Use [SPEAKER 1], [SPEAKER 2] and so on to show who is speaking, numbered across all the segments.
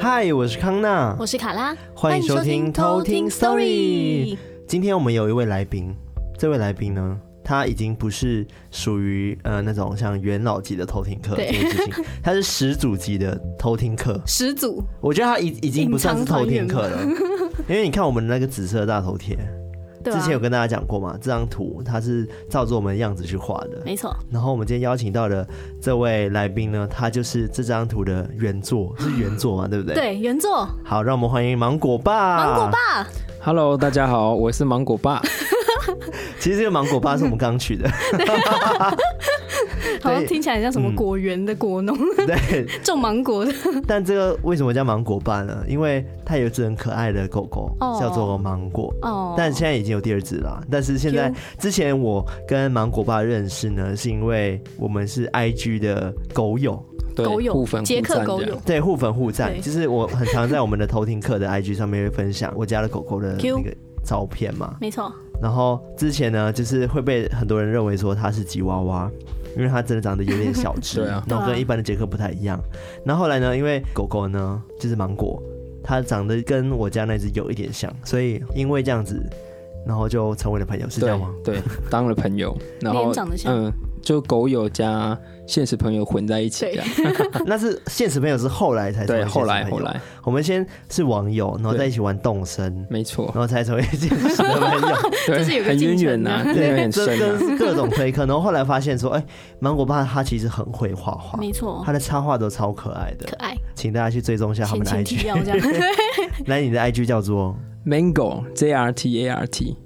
[SPEAKER 1] 嗨，我是康娜，
[SPEAKER 2] 我是卡拉，
[SPEAKER 1] 欢迎收听偷听 Story。今天我们有一位来宾，这位来宾呢，他已经不是属于呃那种像元老级的偷听课这
[SPEAKER 2] 对
[SPEAKER 1] 件事 情，他是始祖级的偷听课。
[SPEAKER 2] 始祖，
[SPEAKER 1] 我觉得他已已经不算是偷听课了啊
[SPEAKER 2] 隐，
[SPEAKER 1] 因为你看我们那个紫色大头贴，
[SPEAKER 2] 对
[SPEAKER 1] 之
[SPEAKER 2] 吧、
[SPEAKER 1] 前有跟大家讲过嘛，这张图它是照着我们的样子去画的。
[SPEAKER 2] 没错，
[SPEAKER 1] 然后我们今天邀请到的这位来宾呢，他就是这张图的原作，是原作嘛，对不对？。啊
[SPEAKER 2] 对原作
[SPEAKER 1] 好，让我们欢迎芒果爸。
[SPEAKER 2] 芒果，爸，
[SPEAKER 3] Hello，大家好，我是芒果 爸。
[SPEAKER 1] 其实这个芒果爸是我们刚取的，
[SPEAKER 2] 好像听起来像
[SPEAKER 1] 嗯
[SPEAKER 2] 什么果园的果农，
[SPEAKER 1] 对。
[SPEAKER 2] 种芒 果的。
[SPEAKER 1] 但这个为什么叫芒果爸呢？因为它有一只很可爱的狗狗，
[SPEAKER 2] 哦
[SPEAKER 1] 叫做芒果。
[SPEAKER 2] 哦，
[SPEAKER 1] 但现在已经有第二只啦。但是现在之前我跟芒果爸认识呢，是因为我们是 IG 的狗友，
[SPEAKER 3] 对，
[SPEAKER 2] 狗友
[SPEAKER 3] 互粉
[SPEAKER 2] 捷克
[SPEAKER 3] 互赞
[SPEAKER 2] 狗
[SPEAKER 3] 这样
[SPEAKER 2] 友
[SPEAKER 1] 对，互粉互赞。
[SPEAKER 2] 对
[SPEAKER 1] 就是我很常在我们的偷听课的 IG 上面会分享我家的狗狗的
[SPEAKER 2] Q
[SPEAKER 1] 那个照片嘛。
[SPEAKER 2] 没错，
[SPEAKER 1] 然后之前呢，就是会被很多人认为说它是吉娃娃，因为它真的长得有点小只，
[SPEAKER 3] 对啊
[SPEAKER 1] 然后
[SPEAKER 2] 对
[SPEAKER 1] 跟
[SPEAKER 2] 啊
[SPEAKER 1] 一般的杰克不太一样。然后后来呢，因为狗狗呢就是芒果，它长得跟我家那只有一点像，所以因为这样子，然后就成为了朋友，是这样吗？
[SPEAKER 3] 对，对，当了 朋友，然后
[SPEAKER 2] 脸长得像
[SPEAKER 3] 嗯，就狗友加现实朋友混在一起这
[SPEAKER 2] 对
[SPEAKER 3] 样。
[SPEAKER 1] 那是现实朋友是后来 才成为
[SPEAKER 3] 对，
[SPEAKER 1] 现实
[SPEAKER 3] 后来
[SPEAKER 1] 朋友
[SPEAKER 3] 后，来，
[SPEAKER 1] 我们先是网友，然后
[SPEAKER 3] 对
[SPEAKER 1] 在一起玩动身。
[SPEAKER 3] 没错
[SPEAKER 1] 然，后才成为现实的 朋友，
[SPEAKER 3] 对，
[SPEAKER 2] 是有个
[SPEAKER 3] 很
[SPEAKER 2] 进
[SPEAKER 3] 渊
[SPEAKER 2] 程
[SPEAKER 3] 源
[SPEAKER 2] 啊
[SPEAKER 3] 呐，渊源
[SPEAKER 1] 对，
[SPEAKER 3] 很
[SPEAKER 1] 这
[SPEAKER 3] 深
[SPEAKER 1] 真
[SPEAKER 3] 啊。
[SPEAKER 1] 是各种推坑。然后后来发现说，哎、芒果爸他其实很会画画，
[SPEAKER 2] 没错
[SPEAKER 1] 他，的插画都超可爱的
[SPEAKER 2] 哦可，爱，
[SPEAKER 1] 请大家去追踪一下他
[SPEAKER 2] 前
[SPEAKER 1] 们的
[SPEAKER 2] 情提
[SPEAKER 1] IG。
[SPEAKER 2] 要这 样。
[SPEAKER 1] 来，你的 IG 叫做
[SPEAKER 3] Mango J R T A R T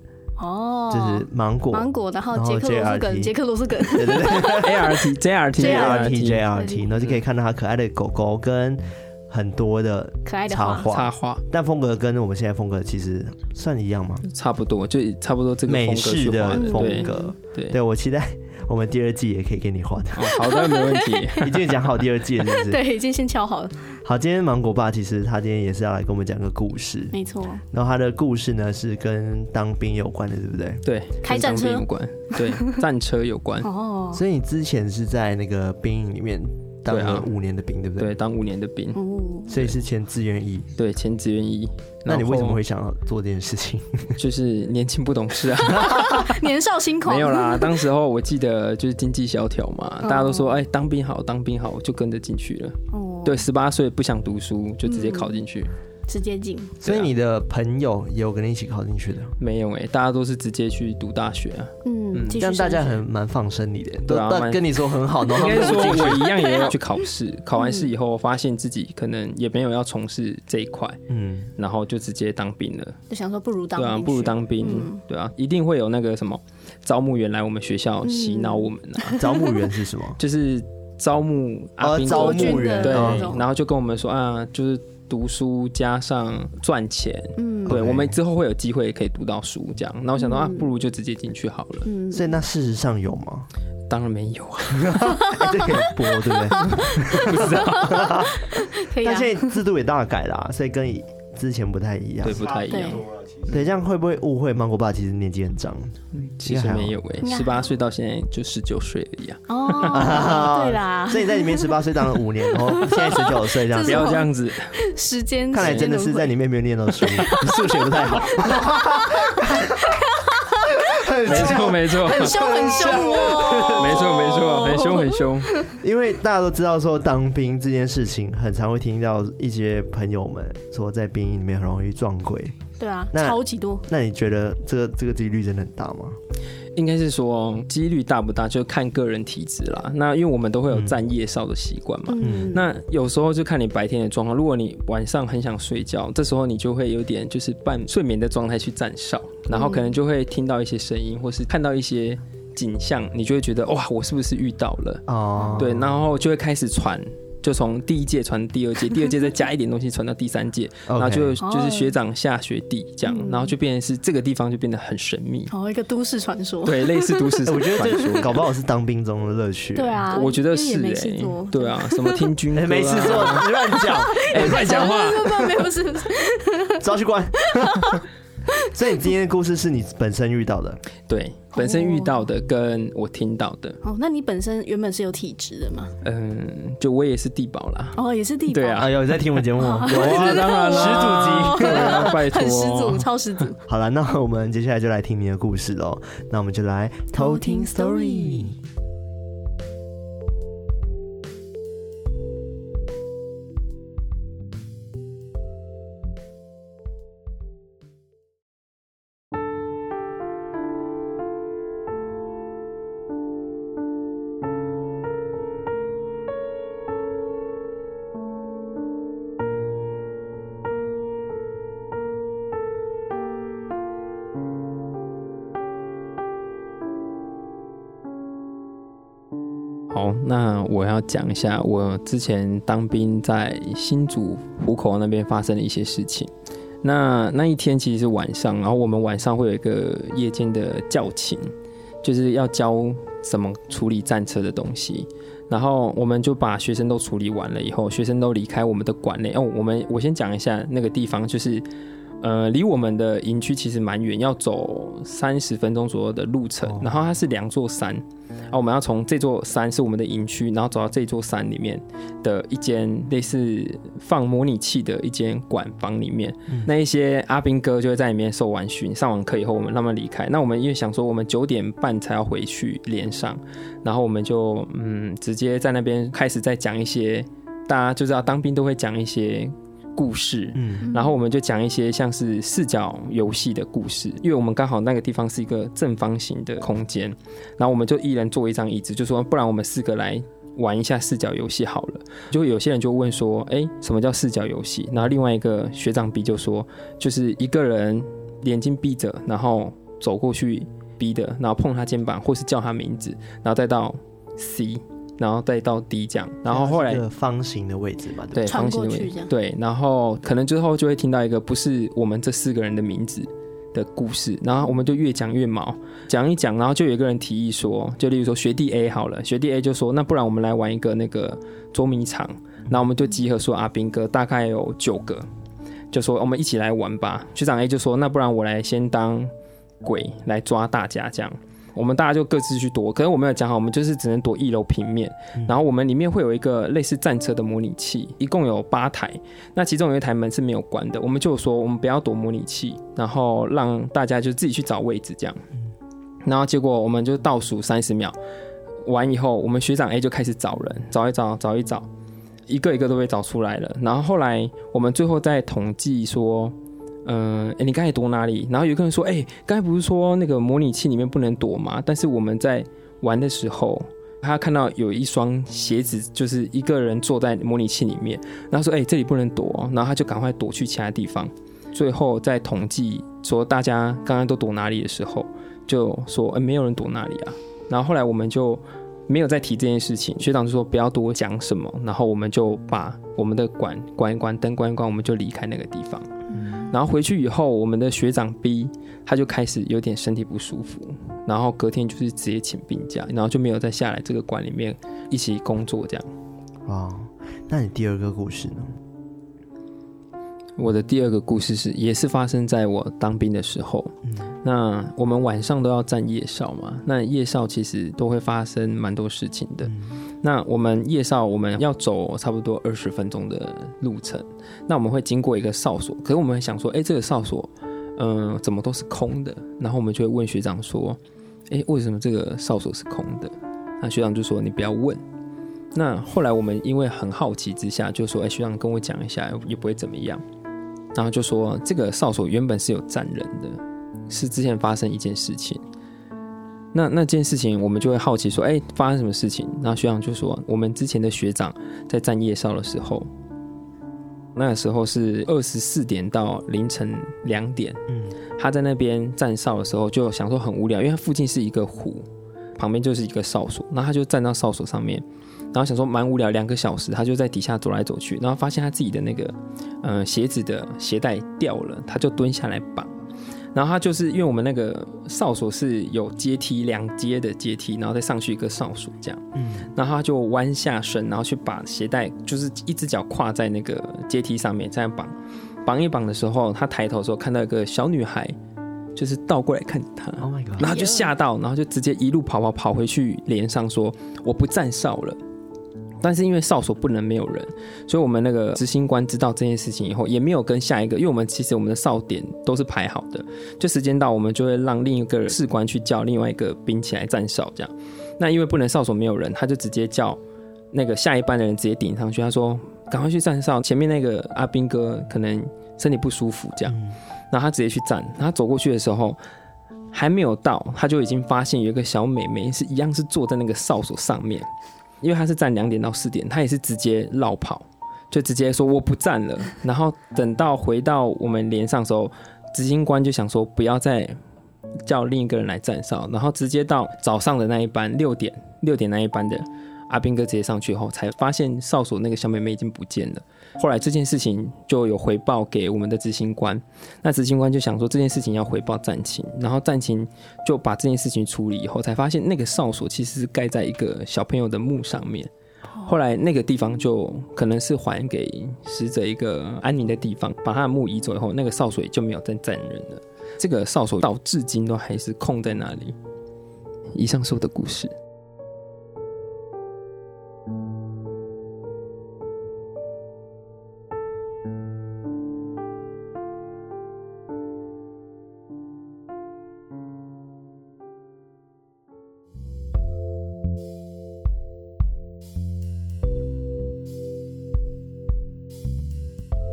[SPEAKER 2] 哦，
[SPEAKER 1] 就是芒果，
[SPEAKER 2] 芒果，然后
[SPEAKER 1] 然后
[SPEAKER 2] 杰克罗斯梗，
[SPEAKER 1] JRT
[SPEAKER 2] 杰克罗斯梗，
[SPEAKER 1] 对 对对
[SPEAKER 3] A R T J R T
[SPEAKER 1] ，J
[SPEAKER 3] A
[SPEAKER 1] R
[SPEAKER 2] 啊
[SPEAKER 3] R
[SPEAKER 1] T J
[SPEAKER 3] T
[SPEAKER 1] R T，然后就可以看到他可爱的狗狗跟很多的
[SPEAKER 2] 可爱的
[SPEAKER 1] 插
[SPEAKER 2] 话，
[SPEAKER 3] 插
[SPEAKER 1] 画，
[SPEAKER 3] 画
[SPEAKER 1] 但风格跟我们现在风格其实算一样吗？
[SPEAKER 3] 差不多，就差不多这个风
[SPEAKER 1] 美
[SPEAKER 3] 格去
[SPEAKER 1] 式
[SPEAKER 3] 画
[SPEAKER 1] 的
[SPEAKER 3] 的
[SPEAKER 1] 风
[SPEAKER 3] 对
[SPEAKER 1] 格，
[SPEAKER 3] 对
[SPEAKER 1] 对我期待我们第二季也可以给你画 的。
[SPEAKER 3] 哦，好的，没问 题。
[SPEAKER 1] 已经讲好第二季了，是不是？
[SPEAKER 2] 对，已经先敲好了，
[SPEAKER 1] 好，今天芒果爸其实他今天也是要来跟我们讲个故事，
[SPEAKER 2] 没错，
[SPEAKER 1] 然后他的故事呢是跟当兵有关的，对不对？
[SPEAKER 3] 对，
[SPEAKER 2] 开
[SPEAKER 3] 跟
[SPEAKER 2] 战
[SPEAKER 3] 当兵
[SPEAKER 2] 车
[SPEAKER 3] 有关，对，战车有关，
[SPEAKER 2] 哦，
[SPEAKER 1] 所以你之前是在那个兵营里面当
[SPEAKER 3] 对
[SPEAKER 1] 了
[SPEAKER 3] 啊
[SPEAKER 1] 五年的兵，对不对？
[SPEAKER 3] 对，当五年的兵，
[SPEAKER 2] 哦，
[SPEAKER 1] 所以是签自愿役。
[SPEAKER 3] 对，前志愿役。
[SPEAKER 1] 那你为什么
[SPEAKER 3] 然后
[SPEAKER 1] 会想要做这件事情？
[SPEAKER 3] 就是年轻不懂事啊？
[SPEAKER 2] 年少轻狂，
[SPEAKER 3] 没有啦，当时候我记得就是经济萧条嘛，
[SPEAKER 2] 嗯
[SPEAKER 3] 大家都说哎、当兵好，当兵好，我就跟着进去了。
[SPEAKER 2] 哦，嗯
[SPEAKER 3] 对，十八岁不想读书，就直接考进去。
[SPEAKER 2] 直接进，
[SPEAKER 1] 所以你的朋友也有跟你一起考进去的，
[SPEAKER 3] 没有哎、大家都是直接去读大学啊。
[SPEAKER 2] 嗯，继
[SPEAKER 1] 这样
[SPEAKER 2] 续
[SPEAKER 1] 大家
[SPEAKER 2] 上
[SPEAKER 1] 很蛮放生你的，都
[SPEAKER 3] 对啊
[SPEAKER 1] 都
[SPEAKER 3] 蛮
[SPEAKER 1] 跟你说很 好，然后
[SPEAKER 3] 应
[SPEAKER 1] 他们
[SPEAKER 3] 该是
[SPEAKER 1] 都
[SPEAKER 3] 说
[SPEAKER 1] 不进去。
[SPEAKER 3] 我一样也要去考试，考完试以
[SPEAKER 2] 嗯
[SPEAKER 3] 后发现自己可能也没有要从事这一块，
[SPEAKER 1] 嗯，
[SPEAKER 3] 然后就直接当兵了。
[SPEAKER 2] 去就想说不如当
[SPEAKER 3] 对啊，
[SPEAKER 2] 兵
[SPEAKER 3] 不如
[SPEAKER 2] 去嗯
[SPEAKER 3] 当兵。对啊，一定会有那个什么招募员来我们学
[SPEAKER 2] 嗯
[SPEAKER 3] 校洗脑我们啊，
[SPEAKER 1] 招募员是什么？
[SPEAKER 3] 就是招募阿
[SPEAKER 1] 哦，
[SPEAKER 3] 兵
[SPEAKER 1] 招
[SPEAKER 3] 哥
[SPEAKER 1] 募
[SPEAKER 2] 军
[SPEAKER 1] 员
[SPEAKER 2] 的
[SPEAKER 3] 对，
[SPEAKER 2] 那
[SPEAKER 1] 哦
[SPEAKER 2] 种
[SPEAKER 3] 然后就跟我们说啊，就是读书加上赚钱，
[SPEAKER 2] 嗯
[SPEAKER 3] 对
[SPEAKER 1] OK
[SPEAKER 3] 我们之后会有机会可以读到书这样。那我想到、啊，不如就直接进去好了。
[SPEAKER 2] 嗯，
[SPEAKER 1] 所以那事实上有 吗？
[SPEAKER 3] 当然没有啊，
[SPEAKER 1] 哎这可以播，对不对？
[SPEAKER 2] 可以啊
[SPEAKER 1] 但，现在制度也大改啦，所以跟以之前不太一样
[SPEAKER 3] 对，。不太一样。
[SPEAKER 2] 对
[SPEAKER 1] 对，这样会不会误会芒果爸其实年纪很长？
[SPEAKER 3] 其实没有哎、
[SPEAKER 2] 应该还好
[SPEAKER 3] 十八岁到现在就十九岁而已啊，
[SPEAKER 2] 哦，对啦，
[SPEAKER 1] 所以你在里面十八岁当了五年，然后现在十九岁这样
[SPEAKER 2] 这
[SPEAKER 3] 不
[SPEAKER 1] 子
[SPEAKER 2] 是，
[SPEAKER 3] 要这样子，
[SPEAKER 2] 时 间
[SPEAKER 1] 看来真的是在里面没有念到 书，你数学不太 好。
[SPEAKER 3] 没错 没错，
[SPEAKER 2] 很凶很凶 哦，
[SPEAKER 3] 没错没哦错，很凶很凶，
[SPEAKER 1] 因为大家都知道说当兵这件事情，很常会听到一些朋友们说在兵营里面很容易撞鬼。
[SPEAKER 2] 对啊，
[SPEAKER 1] 那
[SPEAKER 2] 超级多，
[SPEAKER 1] 那你觉得这个这个几率真的很大吗？
[SPEAKER 3] 应该是说几率大不大，就看个人体质啦。那因为我们都会有站夜哨的习惯嘛，
[SPEAKER 2] 嗯，
[SPEAKER 3] 那有时候就看你白天的状况，如果你晚上很想睡觉，这时候你就会有点就是半睡眠的状态去站哨，然后可能就会听到一些声音，或是看到一些景象，你就会觉得哇，我是不是遇到了？
[SPEAKER 1] 哦，
[SPEAKER 3] 对，然后就会开始传。就从第一届传第二届，第二届再加一点东西传到第三届，然后就就是学长下学弟这样，然后就变成是这个地方就变得很神秘，
[SPEAKER 2] 哦，一个都市传说，
[SPEAKER 3] 对，类似都市
[SPEAKER 1] 我
[SPEAKER 3] 传
[SPEAKER 1] 觉得
[SPEAKER 3] 说。
[SPEAKER 1] 这搞不好是当兵中的乐趣。
[SPEAKER 2] 对， 啊，
[SPEAKER 3] 我觉得
[SPEAKER 2] 因为也
[SPEAKER 3] 是
[SPEAKER 2] 没
[SPEAKER 3] 哎
[SPEAKER 2] 事做，，
[SPEAKER 3] 对啊，什么听军歌
[SPEAKER 1] 哎，
[SPEAKER 3] 啊，
[SPEAKER 1] 没事做，乱讲，
[SPEAKER 2] 哦
[SPEAKER 3] 哎，乱讲话，
[SPEAKER 2] 不不不，没有是不是，
[SPEAKER 1] 抓去关。 所以你今天的故事是你本身遇到的，
[SPEAKER 3] 对，本身遇到的跟我听到的，
[SPEAKER 2] 哦，那你本身原本是有体质的吗？
[SPEAKER 3] 嗯，就我也是地保 啦。
[SPEAKER 2] 哦，也是地
[SPEAKER 3] 对
[SPEAKER 2] 保，
[SPEAKER 3] 啊
[SPEAKER 1] 啊，有在听我 们节目吗？有
[SPEAKER 3] 啊，当 然
[SPEAKER 1] 啦
[SPEAKER 3] 级，拜托，
[SPEAKER 2] 很 十足，超十足。
[SPEAKER 1] 好了，那我们接下来就来听你的故事喽。那我们就来偷听 story。
[SPEAKER 3] 好，那我要讲一下我之前当兵在新竹湖口那边发生的一些事情。那那一天其实是晚上，然后我们晚上会有一个夜间的教勤，就是要教怎么处理战车的东西。然后我们就把学生都处理完了以后，学生都离开我们的馆内。哦，我们我先讲一下那个地方，就是呃，离我们的营区其实蛮远，要走三十分钟左右的路程
[SPEAKER 1] 哦。
[SPEAKER 3] 然后它是两座山，啊，我们要从这座山是我们的营区，然后走到这座山里面的一间类似放模拟器的一间馆房里面。那一些阿兵哥就会在里面受完训，上完课以后我们慢慢离开。那我们因为想说我们九点半才要回去连上，然后我们就嗯直接在那边开始在讲一些大家就知道当兵都会讲一些故事，
[SPEAKER 1] 嗯，
[SPEAKER 3] 然后我们就讲一些像是视角游戏的故事，因为我们刚好那个地方是一个正方形的空间，然后我们就一人坐一张椅子，就说不然我们四个来玩一下视角游戏好了。就有些人就问说，哎，什么叫视角游戏？然后另外一个学长 B 就说，就是一个人眼睛闭着，然后走过去 B 的，然后碰他肩膀或是叫他名字，然后再到 C，然后再到 D 这样，然后后来
[SPEAKER 1] 这个方形的位置嘛，对
[SPEAKER 3] 对，
[SPEAKER 2] 嗯穿
[SPEAKER 3] 方形
[SPEAKER 2] 过
[SPEAKER 3] 的位
[SPEAKER 2] 去这
[SPEAKER 3] 置
[SPEAKER 2] 样。
[SPEAKER 3] 对，然后可能之后就会听到一个不是我们这四个人的名字的故事，然后我们就越讲越毛，讲一讲，然后就有一个人提议说，就例如说学弟 A 好了，学弟 A 就说，那不然我们来玩一个那个捉迷藏，那我们就集合说阿兵哥大概有九个，就说我们一起来玩吧。学长 A 就说，那不然我来先当鬼来抓大家这样。我们大家就各自去躲，可是我没有讲好，我们就是只能躲一楼平面。然后我们里面会有一个类似战车的模拟器，一共有八台，那其中有一台门是没有关的，我们就说我们不要躲模拟器，然后让大家就自己去找位置这样。然后结果我们就倒数三十秒，完以后，我们学长 A 就开始找人，找一找，找一找，一个一个都被找出来了。然后后来我们最后再统计说。嗯，哎、你刚才躲哪里？然后有一个人说：“哎、刚才不是说那个模拟器里面不能躲吗？但是我们在玩的时候，他看到有一双鞋子，就是一个人坐在模拟器里面，然后说：“哎、这里不能躲哦、然后他就赶快躲去其他地方。最后在统计说大家刚刚都躲哪里的时候，就说：“哎、没有人躲哪里啊。”然后后来我们就没有再提这件事情，学长就说不要多讲什么，然后我们就把我们的馆关一关，灯关一关，我们就离开那个地方。然后回去以后，我们的学长 B 他就开始有点身体不舒服，然后隔天就是直接请病假，然后就没有再下来这个馆里面一起工作这样。
[SPEAKER 1] 哇，哦那你第二个故事呢？
[SPEAKER 3] 我的第二个故事是，也是发生在我当兵的时候。
[SPEAKER 1] 嗯
[SPEAKER 3] 那我们晚上都要站夜哨嘛，那夜哨其实都会发生蛮多事情的。
[SPEAKER 1] 嗯
[SPEAKER 3] 那我们夜哨我们要走差不多二十分钟的路程，那我们会经过一个哨所，可是我们想说，哎，这个哨所，嗯、怎么都是空的？然后我们就会问学长说，哎，为什么这个哨所是空的？那学长就说你不要问。那后来我们因为很好奇之下，就说，哎，学长跟我讲一下，也不会怎么样。然后就说这个哨所原本是有站人的，是之前发生一件事情。那那件事情，我们就会好奇说，哎、发生什么事情？然后学长就说，我们之前的学长在站夜哨的时候，那个时候是二十四点到凌晨两点，
[SPEAKER 1] 嗯
[SPEAKER 3] 他在那边站哨的时候，就想说很无聊，因为他附近是一个湖，旁边就是一个哨所，然后他就站到哨所上面，然后想说蛮无聊，两个小时，他就在底下走来走去，然后发现他自己的那个呃鞋子的鞋带掉了，他就蹲下来绑。然后他就是因为我们那个哨所是有阶梯两阶的阶梯，然后再上去一个哨所这样。
[SPEAKER 1] 嗯，
[SPEAKER 3] 然后他就弯下身，然后去把鞋带，就是一只脚跨在那个阶梯上面这样绑，绑一绑的时候，他抬头的时候看到一个小女孩，就是倒过来看着他，
[SPEAKER 1] ，Oh my
[SPEAKER 3] 然
[SPEAKER 1] god，
[SPEAKER 3] 后就吓到，然后就直接一路跑跑跑回去连上说我不站哨了。但是因为哨所不能没有人，所以我们那个执行官知道这件事情以后，也没有跟下一个，因为我们其实我们的哨点都是排好的，就时间到我们就会让另一个士官去叫另外一个兵起来站哨这样。那因为不能哨所没有人，他就直接叫那个下一班的人直接顶上去，他说赶快去站哨，前面那个阿兵哥可能身体不舒服这样。
[SPEAKER 1] 嗯
[SPEAKER 3] 然后他直接去站，然后他走过去的时候还没有到，他就已经发现有一个小美眉是一样是坐在那个哨所上面，因为他是站两点到四点，他也是直接绕跑，就直接说我不站了。然后等到回到我们连上的时候，执行官就想说不要再叫另一个人来站哨，然后直接到早上的那一班六点六点那一班的。阿兵哥直接上去后，才发现哨所那个小妹妹已经不见了。后来这件事情就有回报给我们的执行官，那执行官就想说这件事情要回报战情，然后战情就把这件事情处理以后，才发现那个哨所其实是盖在一个小朋友的墓上面。后来那个地方就可能是还给死者一个安宁的地方，把他的墓移走以后，那个哨所也就没有再站人了。这个哨所到至今都还是空在那里。以上是我的故事。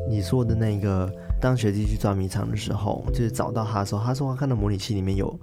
[SPEAKER 1] 你说的那个，当学弟去抓迷藏的时候，就是找到他的时候，他说他看到模拟器里面有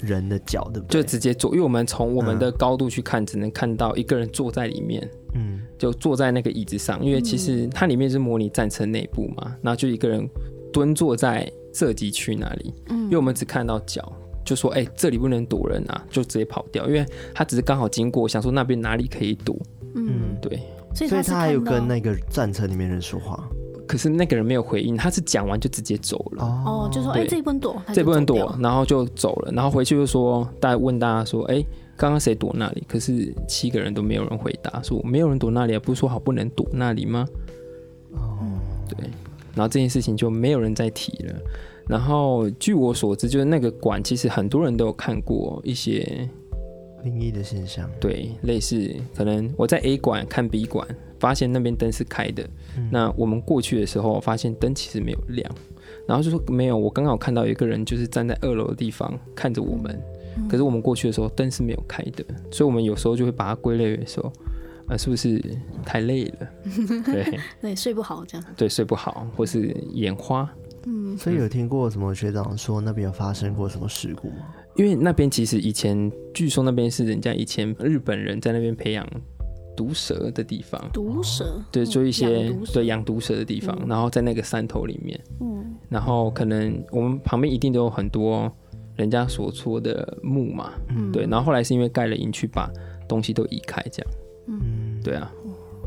[SPEAKER 1] 人的脚，对不
[SPEAKER 3] 就
[SPEAKER 1] 对？
[SPEAKER 3] 直接坐，因为我们从我们的高度去看，只能看到一个人坐在里面，
[SPEAKER 1] 嗯，
[SPEAKER 3] 就坐在那个椅子上，因为其实它里面是模拟战车内部嘛，然后就一个人蹲坐在射击区那里，
[SPEAKER 2] 嗯
[SPEAKER 3] 因为我们只看到脚，就说哎、这里不能躲人啊，就直接跑掉，因为他只是刚好经过，想说那边哪里可以躲，
[SPEAKER 1] 嗯
[SPEAKER 2] 嗯，
[SPEAKER 3] 对。
[SPEAKER 2] 所以
[SPEAKER 1] 所以
[SPEAKER 2] 是
[SPEAKER 1] 他还有
[SPEAKER 2] 看到
[SPEAKER 1] 跟那个战车里面人说话
[SPEAKER 3] 可是那个人没有回应，他是讲完就直接走了。
[SPEAKER 1] 哦
[SPEAKER 2] 哦，就说
[SPEAKER 3] 对
[SPEAKER 2] 哎这一不能躲，他就
[SPEAKER 3] 这不能
[SPEAKER 2] 走
[SPEAKER 3] 躲
[SPEAKER 2] 掉，
[SPEAKER 3] 然后就走了，然后回去就说，大家问大家说，哎，刚刚谁躲那里？可是七个人都没有人回答，说没有人躲那里啊，不是说好不能躲那里吗？哦，对，然后这件事情就没有人再提了。然后据我所知，就是那个馆其实很多人都有看过一些
[SPEAKER 1] 哦灵异的现象，
[SPEAKER 3] 对，类似可能我在 A 馆看 B 馆，发现那边灯是开的，那我们过去的时候发现灯其实没有亮，然后就说没有，我刚好看到有一个人就是站在二楼的地方看着我们，可是我们过去的时候灯是没有开的，所以我们有时候就会把它归类为说，呃，是不是太累了？对
[SPEAKER 2] 对，睡不好这样，
[SPEAKER 3] 对，睡不好，或是眼花。
[SPEAKER 2] 嗯，
[SPEAKER 1] 所以有听过什么学长说那边有发生过什么事故吗？
[SPEAKER 3] 因为那边其实以前，据说那边是人家以前日本人在那边培养毒蛇的地方，
[SPEAKER 2] 毒蛇，
[SPEAKER 3] 对，就一
[SPEAKER 2] 嗯养
[SPEAKER 3] 些
[SPEAKER 2] 毒蛇
[SPEAKER 3] 对养毒蛇的地方，然后在那个山头里面，
[SPEAKER 2] 嗯
[SPEAKER 3] 然后可能我们旁边一定都有很多人家所说的墓嘛，
[SPEAKER 2] 嗯，
[SPEAKER 3] 对，然后后来是因为盖了营区，把东西都移开，这样，
[SPEAKER 1] 嗯，
[SPEAKER 3] 对啊，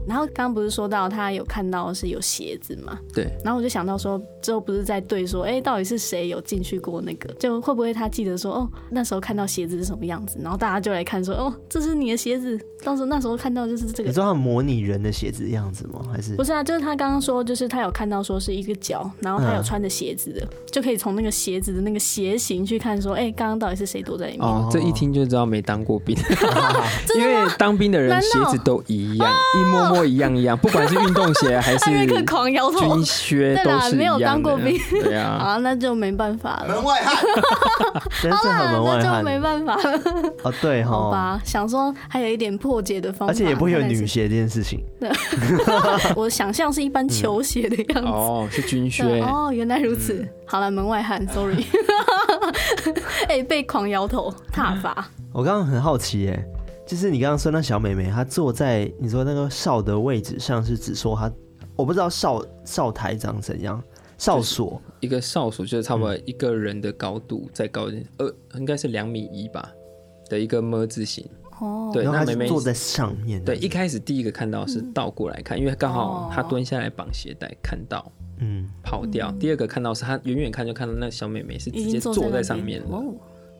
[SPEAKER 2] 然后刚刚不是说到他有看到是有鞋子嘛？
[SPEAKER 3] 对。
[SPEAKER 2] 然后我就想到说，之后不是在对说，哎，到底是谁有进去过那个？就会不会他记得说，哦，那时候看到鞋子是什么样子？然后大家就来看说，哦，这是你的鞋子。当时那时候看到就是这
[SPEAKER 1] 你
[SPEAKER 2] 个
[SPEAKER 1] 知，道他模拟人的鞋子样子吗？还是
[SPEAKER 2] 不是啊，就是他刚刚说，就是他有看到说是一个脚，然后他有穿着鞋子的，就可以从那个鞋子的那个鞋型去看说，哎，刚刚到底是谁躲在里面？
[SPEAKER 3] 哦，这一听就知道没当过 兵， 因为当兵的人
[SPEAKER 2] 难
[SPEAKER 3] 鞋
[SPEAKER 2] 道啊
[SPEAKER 3] 子都一样，一模模一样一样，不管是运动鞋还是
[SPEAKER 2] 他瑞克
[SPEAKER 3] 军
[SPEAKER 2] 狂摇头。
[SPEAKER 3] 靴
[SPEAKER 2] 对
[SPEAKER 3] 都
[SPEAKER 2] 啦
[SPEAKER 3] 是一样的，
[SPEAKER 2] 没有当过兵，
[SPEAKER 3] 对 啊，
[SPEAKER 2] 啊，那就没办法了，啊
[SPEAKER 1] 外汉，真是很门
[SPEAKER 2] 那
[SPEAKER 1] 外
[SPEAKER 2] 就
[SPEAKER 1] 汉
[SPEAKER 2] 没办法了。
[SPEAKER 1] 哦，对
[SPEAKER 2] 好
[SPEAKER 1] 哈，
[SPEAKER 2] 吧，想说还有一点破解的方法，
[SPEAKER 1] 而且也不会有
[SPEAKER 2] 看来是
[SPEAKER 1] 女鞋这件事情，
[SPEAKER 2] 我想 象是一般球鞋的
[SPEAKER 1] 嗯
[SPEAKER 2] 样子。
[SPEAKER 3] 哦，是军
[SPEAKER 2] 对
[SPEAKER 3] 靴，
[SPEAKER 2] 哦，原来如此。好了，门外汉，sorry。哎、被狂摇头踏伐，
[SPEAKER 1] 我刚刚很好奇耶，就是你刚刚说那小美眉，她坐在你说那个哨的位置上，是指说她，我不知道哨哨台长怎样，哨所
[SPEAKER 3] 一个哨所就是差不
[SPEAKER 1] 嗯
[SPEAKER 3] 多一个人的高度，再高一点，呃，应该是两米一吧的一个么字形。
[SPEAKER 2] 哦，
[SPEAKER 3] 对，
[SPEAKER 1] 然后
[SPEAKER 3] 那
[SPEAKER 1] 她
[SPEAKER 3] 妹
[SPEAKER 1] 是
[SPEAKER 3] 妹
[SPEAKER 1] 坐在上面，
[SPEAKER 3] 对一开始第一个看到是
[SPEAKER 2] 嗯
[SPEAKER 3] 倒过来看，因为刚好她蹲下来绑鞋带看到
[SPEAKER 1] 嗯，
[SPEAKER 3] 跑掉。第二个看到是她远远看就看到那个小妹妹是直
[SPEAKER 2] 已
[SPEAKER 3] 接
[SPEAKER 2] 经
[SPEAKER 3] 坐
[SPEAKER 2] 在
[SPEAKER 3] 在上
[SPEAKER 2] 那
[SPEAKER 3] 面
[SPEAKER 2] 边
[SPEAKER 3] 了，
[SPEAKER 2] 哦，嗯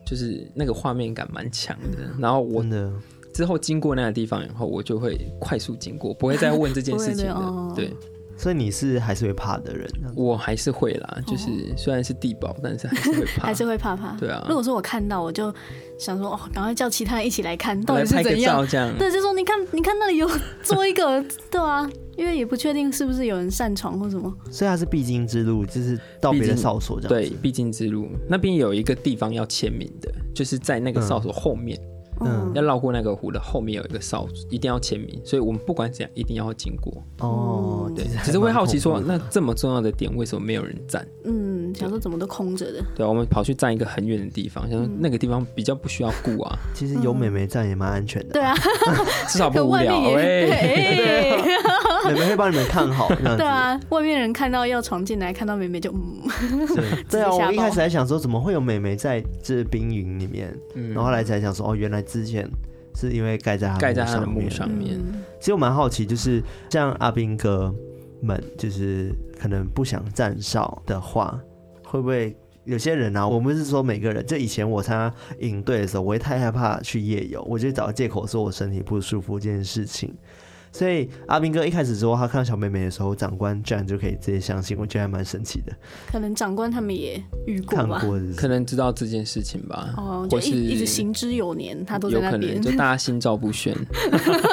[SPEAKER 3] 就是那个画面感蛮强的。然后我
[SPEAKER 1] 真的，
[SPEAKER 3] 之后经过那个地方以后，我就会快速经过，不会再问这件事情
[SPEAKER 2] 不会的
[SPEAKER 3] 了
[SPEAKER 2] 哦。
[SPEAKER 3] 对，
[SPEAKER 1] 所以你是还是会怕的人，这样
[SPEAKER 3] 我还是会啦，就是、虽然是地堡，但是还是会
[SPEAKER 2] 哦
[SPEAKER 3] 怕
[SPEAKER 2] 还。是会怕怕。
[SPEAKER 3] 对啊
[SPEAKER 2] 如果说我看到，我就想说哦，赶快叫其他人一起来看，到
[SPEAKER 3] 来
[SPEAKER 2] 底是
[SPEAKER 3] 拍个
[SPEAKER 2] 怎样？
[SPEAKER 3] 照这样，
[SPEAKER 2] 对，就说你看，你看那里有做一个， 对啊，因为也不确定是不是有人擅闯或什么。
[SPEAKER 1] 所以它是必经之路，就是到别的哨所这样
[SPEAKER 3] 对
[SPEAKER 1] 子。，
[SPEAKER 3] 必经之路那边有一个地方要签名的，就是在那个哨所后面，
[SPEAKER 1] 嗯
[SPEAKER 3] 要绕过那个湖的后面有一个哨，一定要签名，所以我们不管怎样一定要经过。
[SPEAKER 1] 哦，
[SPEAKER 2] 嗯
[SPEAKER 3] 对
[SPEAKER 1] 其实，还
[SPEAKER 3] 只是会
[SPEAKER 1] 蛮
[SPEAKER 3] 好奇说，
[SPEAKER 1] 恐怖的
[SPEAKER 3] 那这么重要的点为什么没有人站？
[SPEAKER 2] 嗯，想说怎么都空着的，
[SPEAKER 3] 对啊，我们跑去站一个很远的地
[SPEAKER 2] 嗯
[SPEAKER 3] 方，想说那个地方比较不需要顾 啊，
[SPEAKER 1] 其实有美眉在也蛮安全的，
[SPEAKER 2] 对啊，
[SPEAKER 3] 至少不
[SPEAKER 2] 可
[SPEAKER 3] 无
[SPEAKER 2] 外
[SPEAKER 3] 聊
[SPEAKER 2] 面。也
[SPEAKER 3] 喂、
[SPEAKER 2] 对哎
[SPEAKER 1] 美眉会帮你们看好这样
[SPEAKER 2] 对
[SPEAKER 1] 子。
[SPEAKER 2] 啊，外面人看到要闯进来，看到妹妹就嗯，
[SPEAKER 1] 对对
[SPEAKER 2] 吓
[SPEAKER 1] 啊，
[SPEAKER 2] 爆
[SPEAKER 1] 我一开始还想说怎么会有美眉在这冰云里面，
[SPEAKER 3] 嗯
[SPEAKER 1] 然后后来才想说哦，原来之前是因为盖在她
[SPEAKER 3] 盖在他的墓
[SPEAKER 1] 面
[SPEAKER 3] 上面，
[SPEAKER 2] 嗯
[SPEAKER 1] 其实我蛮好奇，就是像阿兵哥们，就是可能不想站哨的话，会不会有些人啊？我不是说每个人，就以前我参加营队的时候，我会太害怕去夜游，我就找借口说我身体不舒服这件事情。所以阿兵哥一开始说他看到小妹妹的时候，长官居然就可以直接相信，我觉得还蛮神奇的。
[SPEAKER 2] 可能长官他们也遇过
[SPEAKER 1] 看
[SPEAKER 2] 吧。
[SPEAKER 1] 过是不
[SPEAKER 3] 可
[SPEAKER 1] 是？
[SPEAKER 3] 能知道这件事情吧，
[SPEAKER 2] 哦，就
[SPEAKER 3] 或是
[SPEAKER 2] 一一直行之有年，他都在
[SPEAKER 3] 有
[SPEAKER 2] 那
[SPEAKER 3] 可
[SPEAKER 2] 边
[SPEAKER 3] 能，就大家心照 不宣。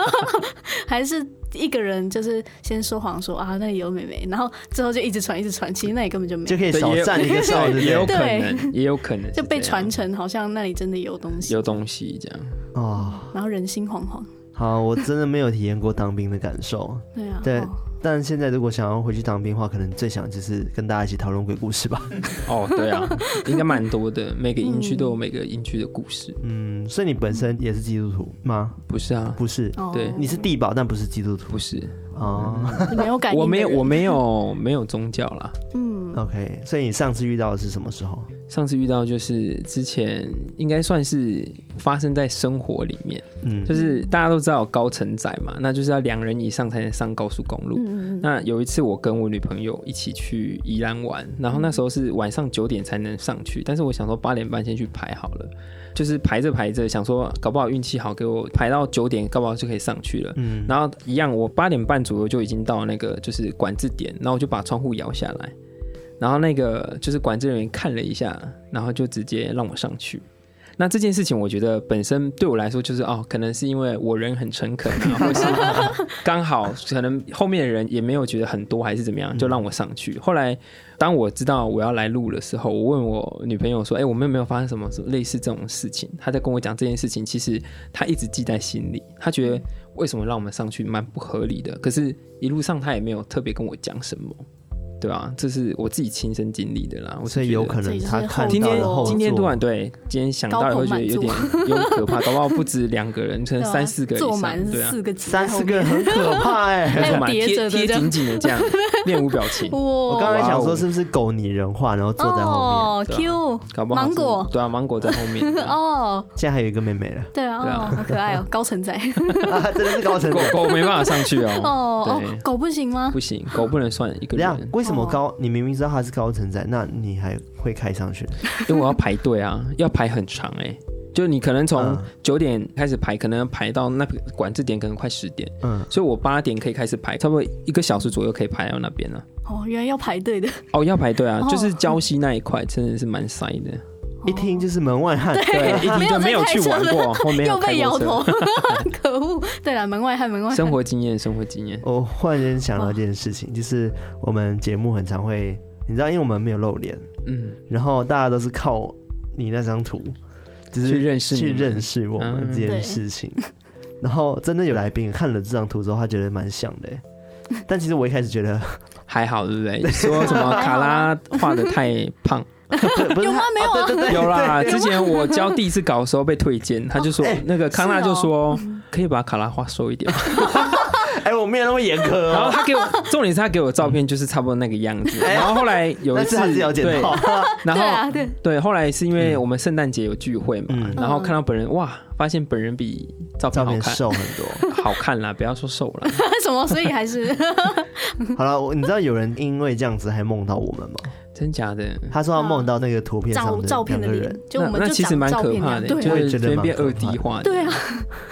[SPEAKER 2] 还是一个人，就是先说谎说啊那里有妹妹，然后之后就一直传一直传，其实那里根本就没有
[SPEAKER 1] 就可以少
[SPEAKER 3] 对也有
[SPEAKER 1] 站一个哨，对不
[SPEAKER 3] 对，也 有
[SPEAKER 1] 对？
[SPEAKER 3] 可能，也有可能是
[SPEAKER 2] 就被
[SPEAKER 3] 这
[SPEAKER 2] 传
[SPEAKER 3] 样
[SPEAKER 2] 承好像那里真的有东西，
[SPEAKER 3] 有东西这样。
[SPEAKER 1] 哦，
[SPEAKER 2] 然后人心惶惶。
[SPEAKER 1] 好，我真的没有体验过当兵的感 受。
[SPEAKER 2] 对啊，
[SPEAKER 1] 对
[SPEAKER 2] 哦
[SPEAKER 1] 但现在如果想要回去当兵的话，可能最想就是跟大家一起讨论鬼故事吧。
[SPEAKER 3] 哦，对啊，应该蛮多的，每个营区都有每个营区的故事。
[SPEAKER 1] 嗯，所以你本身也是基督徒吗？
[SPEAKER 3] 不是啊，
[SPEAKER 1] 不是，
[SPEAKER 2] 哦
[SPEAKER 3] 对
[SPEAKER 1] 你是地保，但不是基督徒
[SPEAKER 3] 不是，
[SPEAKER 1] 哦。
[SPEAKER 2] 你没有感应
[SPEAKER 3] 我
[SPEAKER 2] 的
[SPEAKER 3] 没有，
[SPEAKER 2] 人
[SPEAKER 3] 我没有，没有宗教啦。
[SPEAKER 2] 嗯
[SPEAKER 1] OK，所以你上次遇到的是什么时候？
[SPEAKER 3] 上次遇到就是之前应该算是发生在生活里面，
[SPEAKER 1] 嗯，
[SPEAKER 3] 就是大家都知道有高承载嘛，那就是要两人以上才能上高速公路。
[SPEAKER 2] 嗯嗯
[SPEAKER 3] 那有一次我跟我女朋友一起去宜兰玩，然后那时候是晚上九点才能上去，但是我想说八点半先去排好了，就是排着排着想说搞不好运气好给我排到九点，搞不好就可以上去了。
[SPEAKER 1] 嗯，
[SPEAKER 3] 然后一样，我八点半左右就已经到那个就是管制点，然后我就把窗户摇下来，然后那个就是管制人员看了一下，然后就直接让我上去。那这件事情，我觉得本身对我来说就是哦，可能是因为我人很诚恳啊，或是刚好可能后面的人也没有觉得很多还是怎么样，就让我上去。后来当我知道我要来录的时候，我问我女朋友说：“哎、我们有没有发生什么类似这种事情？”她在跟我讲这件事情，其实她一直记在心里，她觉得为什么让我们上去蛮不合理的，可是一路上她也没有特别跟我讲什么，对吧、这是我自己亲身经历的啦，我是
[SPEAKER 1] 所以
[SPEAKER 3] 觉
[SPEAKER 1] 有
[SPEAKER 3] 得
[SPEAKER 1] 可能他看
[SPEAKER 2] 这
[SPEAKER 3] 今
[SPEAKER 2] 也
[SPEAKER 1] 到
[SPEAKER 2] 是
[SPEAKER 3] 天
[SPEAKER 1] 了
[SPEAKER 2] 后
[SPEAKER 1] 后
[SPEAKER 3] 今天突
[SPEAKER 1] 多
[SPEAKER 3] 然对，今天想到也会觉得有点有点 可怕，搞不好不止两个人，可
[SPEAKER 2] 对
[SPEAKER 3] 能
[SPEAKER 2] 啊
[SPEAKER 3] 三四个
[SPEAKER 2] 坐
[SPEAKER 3] 以
[SPEAKER 2] 满
[SPEAKER 3] 上，对啊，
[SPEAKER 2] 四个，
[SPEAKER 1] 三四个，很可 怕哎、
[SPEAKER 2] 还有
[SPEAKER 3] 坐满
[SPEAKER 2] 叠
[SPEAKER 3] 贴
[SPEAKER 2] 着的
[SPEAKER 3] 贴
[SPEAKER 2] 这样
[SPEAKER 3] 紧紧的 这样，面无表情，
[SPEAKER 2] 哇！
[SPEAKER 1] 我刚才想说是不是狗拟人化，然后坐在后面。
[SPEAKER 2] 哦
[SPEAKER 3] 对啊
[SPEAKER 2] ，Q
[SPEAKER 3] 搞不好
[SPEAKER 2] 芒
[SPEAKER 3] 是
[SPEAKER 2] 果
[SPEAKER 3] 对啊，芒果在后面，对 啊
[SPEAKER 2] 哦，
[SPEAKER 1] 现在还有一个妹妹 了，
[SPEAKER 2] 对啊，
[SPEAKER 3] 对啊
[SPEAKER 2] 哦，好可爱哦，高承 载
[SPEAKER 1] 啊、真的是高成
[SPEAKER 3] 狗狗没办法上去哦，
[SPEAKER 2] 哦
[SPEAKER 3] 对
[SPEAKER 2] 哦，狗不行吗？
[SPEAKER 3] 不行，狗不能算一个
[SPEAKER 1] 怎样
[SPEAKER 3] 人？，
[SPEAKER 1] 为什么
[SPEAKER 2] 哦
[SPEAKER 1] 高？你明明知道他是高成仔，那你还会开上去？
[SPEAKER 2] 哦
[SPEAKER 3] 因为我要排队啊，要排很长哎、就你可能从
[SPEAKER 1] 嗯
[SPEAKER 3] 九点开始排，可能排到那个管制点可能快十点，
[SPEAKER 1] 嗯，
[SPEAKER 3] 所以我八点可以开始排，差不多一个小时左右可以排到那边了、
[SPEAKER 2] 哦，原来要排队的，
[SPEAKER 3] 哦，要排队啊
[SPEAKER 2] 哦，
[SPEAKER 3] 就是礁溪那一块真的是蛮塞的，
[SPEAKER 1] 一听就是门外汉。
[SPEAKER 3] 对， 一听就没有去玩过，后面
[SPEAKER 2] 又
[SPEAKER 3] 有开
[SPEAKER 2] 被摇
[SPEAKER 3] 过车。 啊
[SPEAKER 2] 头，可恶！对了，门外汉，门外汉
[SPEAKER 3] 生，活经验，生活经验，
[SPEAKER 1] 我忽然间想到一件事情，就是我们节目很常会，你知道，因为我们没有露脸，
[SPEAKER 3] 嗯，
[SPEAKER 1] 然后大家都是靠你那张图，就是
[SPEAKER 3] 去认识你
[SPEAKER 1] 去
[SPEAKER 3] 们
[SPEAKER 1] 认识我们
[SPEAKER 3] 嗯
[SPEAKER 1] 这件事情。然后真的有来宾看了这张图之后，他觉得蛮像的欸。但其实我一开始觉 得，
[SPEAKER 3] 还好对不对？说什么卡拉画的太胖，
[SPEAKER 1] 不是
[SPEAKER 2] 有吗
[SPEAKER 1] 他
[SPEAKER 2] 没有啊
[SPEAKER 1] 哦对对对，
[SPEAKER 3] 有啦。
[SPEAKER 1] 对
[SPEAKER 3] 之前我教第一次稿的时候被推荐，他就说那个康纳就说可以把卡拉画瘦一 点，
[SPEAKER 1] 哎，我没有那么严苛
[SPEAKER 3] 然后
[SPEAKER 1] 哦。
[SPEAKER 3] 他给我重点是他给我照片就是差不多那个样子，然后后来有一
[SPEAKER 1] 但
[SPEAKER 3] 次
[SPEAKER 1] 是他是有剪
[SPEAKER 3] 对，
[SPEAKER 1] 到，
[SPEAKER 2] 对
[SPEAKER 3] 然后
[SPEAKER 2] 啊，对，
[SPEAKER 3] 对，后来是因为我们圣诞节有聚会嘛，
[SPEAKER 1] 嗯
[SPEAKER 3] 然后看到本人，哇，发现本人比照片
[SPEAKER 1] 照
[SPEAKER 3] 好
[SPEAKER 1] 片
[SPEAKER 3] 看，
[SPEAKER 1] 瘦很多。
[SPEAKER 3] 好看啦，不要说瘦了，
[SPEAKER 2] 什么？所以还是
[SPEAKER 1] 好了，我你知道有人因为这样子还梦到我们吗？
[SPEAKER 3] 真假的？
[SPEAKER 1] 他说他梦到那个图片上
[SPEAKER 2] 照
[SPEAKER 1] 的
[SPEAKER 2] 照片的
[SPEAKER 1] 两个
[SPEAKER 2] 脸
[SPEAKER 1] 人，，
[SPEAKER 2] 就
[SPEAKER 3] 那
[SPEAKER 2] 我们
[SPEAKER 3] 那
[SPEAKER 2] 就
[SPEAKER 3] 其实
[SPEAKER 2] 长
[SPEAKER 3] 蛮
[SPEAKER 2] 照
[SPEAKER 3] 可
[SPEAKER 2] 片
[SPEAKER 3] 怕
[SPEAKER 2] 那
[SPEAKER 3] 的，
[SPEAKER 2] 样
[SPEAKER 3] 就
[SPEAKER 1] 我
[SPEAKER 2] 对
[SPEAKER 1] 也
[SPEAKER 3] 是
[SPEAKER 1] 觉得
[SPEAKER 3] 随
[SPEAKER 1] 蛮
[SPEAKER 3] 便
[SPEAKER 1] 可
[SPEAKER 3] 二
[SPEAKER 1] 怕
[SPEAKER 3] D
[SPEAKER 1] 的
[SPEAKER 3] 化的，
[SPEAKER 2] 对啊，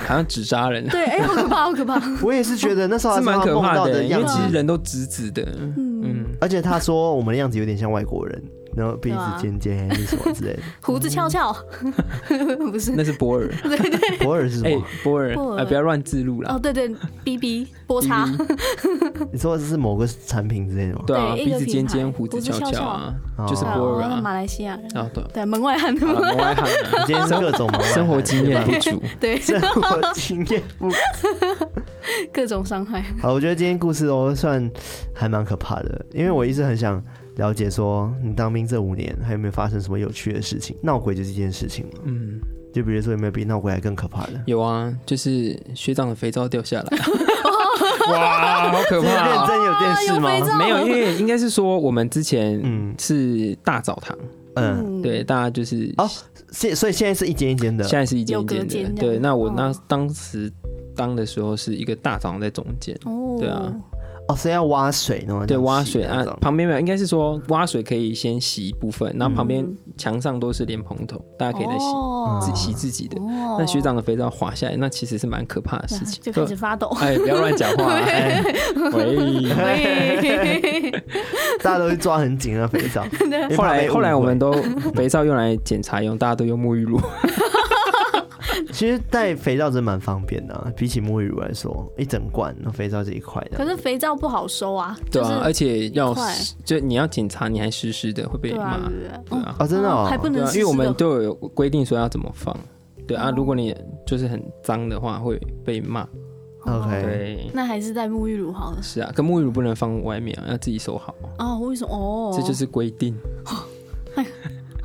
[SPEAKER 3] 好像纸扎人，
[SPEAKER 2] 对，哎、好可怕，好可 怕，
[SPEAKER 1] 我也是觉得那时候
[SPEAKER 3] 是
[SPEAKER 1] 他说
[SPEAKER 3] 蛮
[SPEAKER 1] 他
[SPEAKER 3] 可
[SPEAKER 1] 啊梦
[SPEAKER 3] 怕
[SPEAKER 1] 到
[SPEAKER 3] 的，因
[SPEAKER 1] 样
[SPEAKER 3] 为
[SPEAKER 1] 子
[SPEAKER 3] 其实，人都直直的，
[SPEAKER 2] 嗯，
[SPEAKER 3] 嗯，
[SPEAKER 1] 而且他说我们的样子有点像外国人，然后鼻子
[SPEAKER 2] 对啊
[SPEAKER 1] 尖尖还是什么之 类的。
[SPEAKER 2] 胡子翘翘， 不 是，
[SPEAKER 3] 那是波尔，
[SPEAKER 1] 博尔是什
[SPEAKER 3] 哎
[SPEAKER 1] 么？，
[SPEAKER 3] 波尔，
[SPEAKER 2] 波尔
[SPEAKER 3] 啊，不要乱自录
[SPEAKER 2] 哦，
[SPEAKER 3] 啦，
[SPEAKER 2] 对对，B B 波叉，
[SPEAKER 1] 你说的是某个产品之类的吗？
[SPEAKER 3] 对啊，
[SPEAKER 2] 对
[SPEAKER 3] 鼻
[SPEAKER 2] 一个
[SPEAKER 3] 子尖
[SPEAKER 2] 品牌
[SPEAKER 3] 尖，胡子
[SPEAKER 2] 胡子
[SPEAKER 3] 翘
[SPEAKER 2] 翘
[SPEAKER 3] 翘
[SPEAKER 2] 翘
[SPEAKER 3] 啊，
[SPEAKER 1] 哦
[SPEAKER 3] 就是
[SPEAKER 2] 啊
[SPEAKER 3] 波尔
[SPEAKER 2] 哦
[SPEAKER 3] 啊，
[SPEAKER 2] 马来西亚人，
[SPEAKER 3] 啊对，
[SPEAKER 2] 对，门外汉，
[SPEAKER 3] 好了，门外汉啊，
[SPEAKER 1] 你今天是各种毛病
[SPEAKER 3] 生活经验不 足，
[SPEAKER 2] 对，
[SPEAKER 1] 生
[SPEAKER 3] 啊
[SPEAKER 1] 活经验不
[SPEAKER 2] 各种伤害，
[SPEAKER 1] 好，我觉得今天故事都算还蛮可怕的，因为我一直很想了解说，你当兵这五年还有没有发生什么有趣的事情？闹鬼就是一件事情嘛，
[SPEAKER 3] 嗯。
[SPEAKER 1] 就比如说有没有比闹鬼还更可怕的？
[SPEAKER 3] 有啊，就是学长的肥皂 掉下来，哇，好可怕、
[SPEAKER 1] 认
[SPEAKER 3] 啊！
[SPEAKER 1] 真有电视
[SPEAKER 2] 啊有肥
[SPEAKER 1] 吗？
[SPEAKER 2] 皂
[SPEAKER 3] 没有，因为应该是说我们之前
[SPEAKER 1] 嗯
[SPEAKER 3] 是大澡堂，
[SPEAKER 1] 嗯，
[SPEAKER 3] 对，大家就是
[SPEAKER 1] 哦现所以现在是一间一间的
[SPEAKER 3] 现，在是啊一间一
[SPEAKER 2] 有隔
[SPEAKER 3] 间
[SPEAKER 2] 间
[SPEAKER 3] 的，
[SPEAKER 2] 这样
[SPEAKER 3] 对。那我那
[SPEAKER 2] 哦
[SPEAKER 3] 当时当的时候是一个大澡堂在中间，
[SPEAKER 2] 哦，
[SPEAKER 3] 对啊，
[SPEAKER 1] 哦，所以要挖水那种，
[SPEAKER 3] 对，挖水
[SPEAKER 1] 那
[SPEAKER 3] 啊
[SPEAKER 1] 种，
[SPEAKER 3] 旁边没有，应该是说挖水可以先洗一部分，然后旁边墙上都是莲蓬头，大家可以再洗
[SPEAKER 2] 哦
[SPEAKER 3] 自己洗自己的。
[SPEAKER 2] 哦
[SPEAKER 3] 那学长的肥皂滑下来，那其实是蛮可怕的事情，
[SPEAKER 2] 就开始发 抖，
[SPEAKER 3] 哎，不要乱讲话、啊！哎喂，
[SPEAKER 1] 大家都会抓很紧的肥 皂。因为
[SPEAKER 3] 后
[SPEAKER 1] 怕被
[SPEAKER 3] 来
[SPEAKER 1] 误会
[SPEAKER 3] 后来我们都肥皂用来检查用，大家都用沐浴露。
[SPEAKER 1] 其实带肥皂真蛮方便的啊，比起沐浴乳来说，一整罐那肥皂这一块的
[SPEAKER 2] 可，是肥皂不好收啊，
[SPEAKER 3] 对
[SPEAKER 2] 就是
[SPEAKER 3] 啊，而且要
[SPEAKER 2] 快
[SPEAKER 3] 湿就你要检查，你还湿湿的会被
[SPEAKER 2] 对
[SPEAKER 3] 骂
[SPEAKER 2] 啊，。对啊
[SPEAKER 3] 对啊，
[SPEAKER 1] 哦，真的哦
[SPEAKER 2] 还，不
[SPEAKER 3] 对
[SPEAKER 2] 能
[SPEAKER 3] 啊，
[SPEAKER 2] 湿湿的，
[SPEAKER 3] 因为我们都有规定说要怎么放。对啊，
[SPEAKER 2] 哦
[SPEAKER 3] 如果你就是很脏的话，会被骂。
[SPEAKER 1] OK
[SPEAKER 3] 哦对，
[SPEAKER 2] 那还是带沐浴乳好了。
[SPEAKER 3] 是啊，可沐浴乳不能放外面啊，要自己收好，
[SPEAKER 2] 哦，为什么？哦，
[SPEAKER 3] 这 就是规定。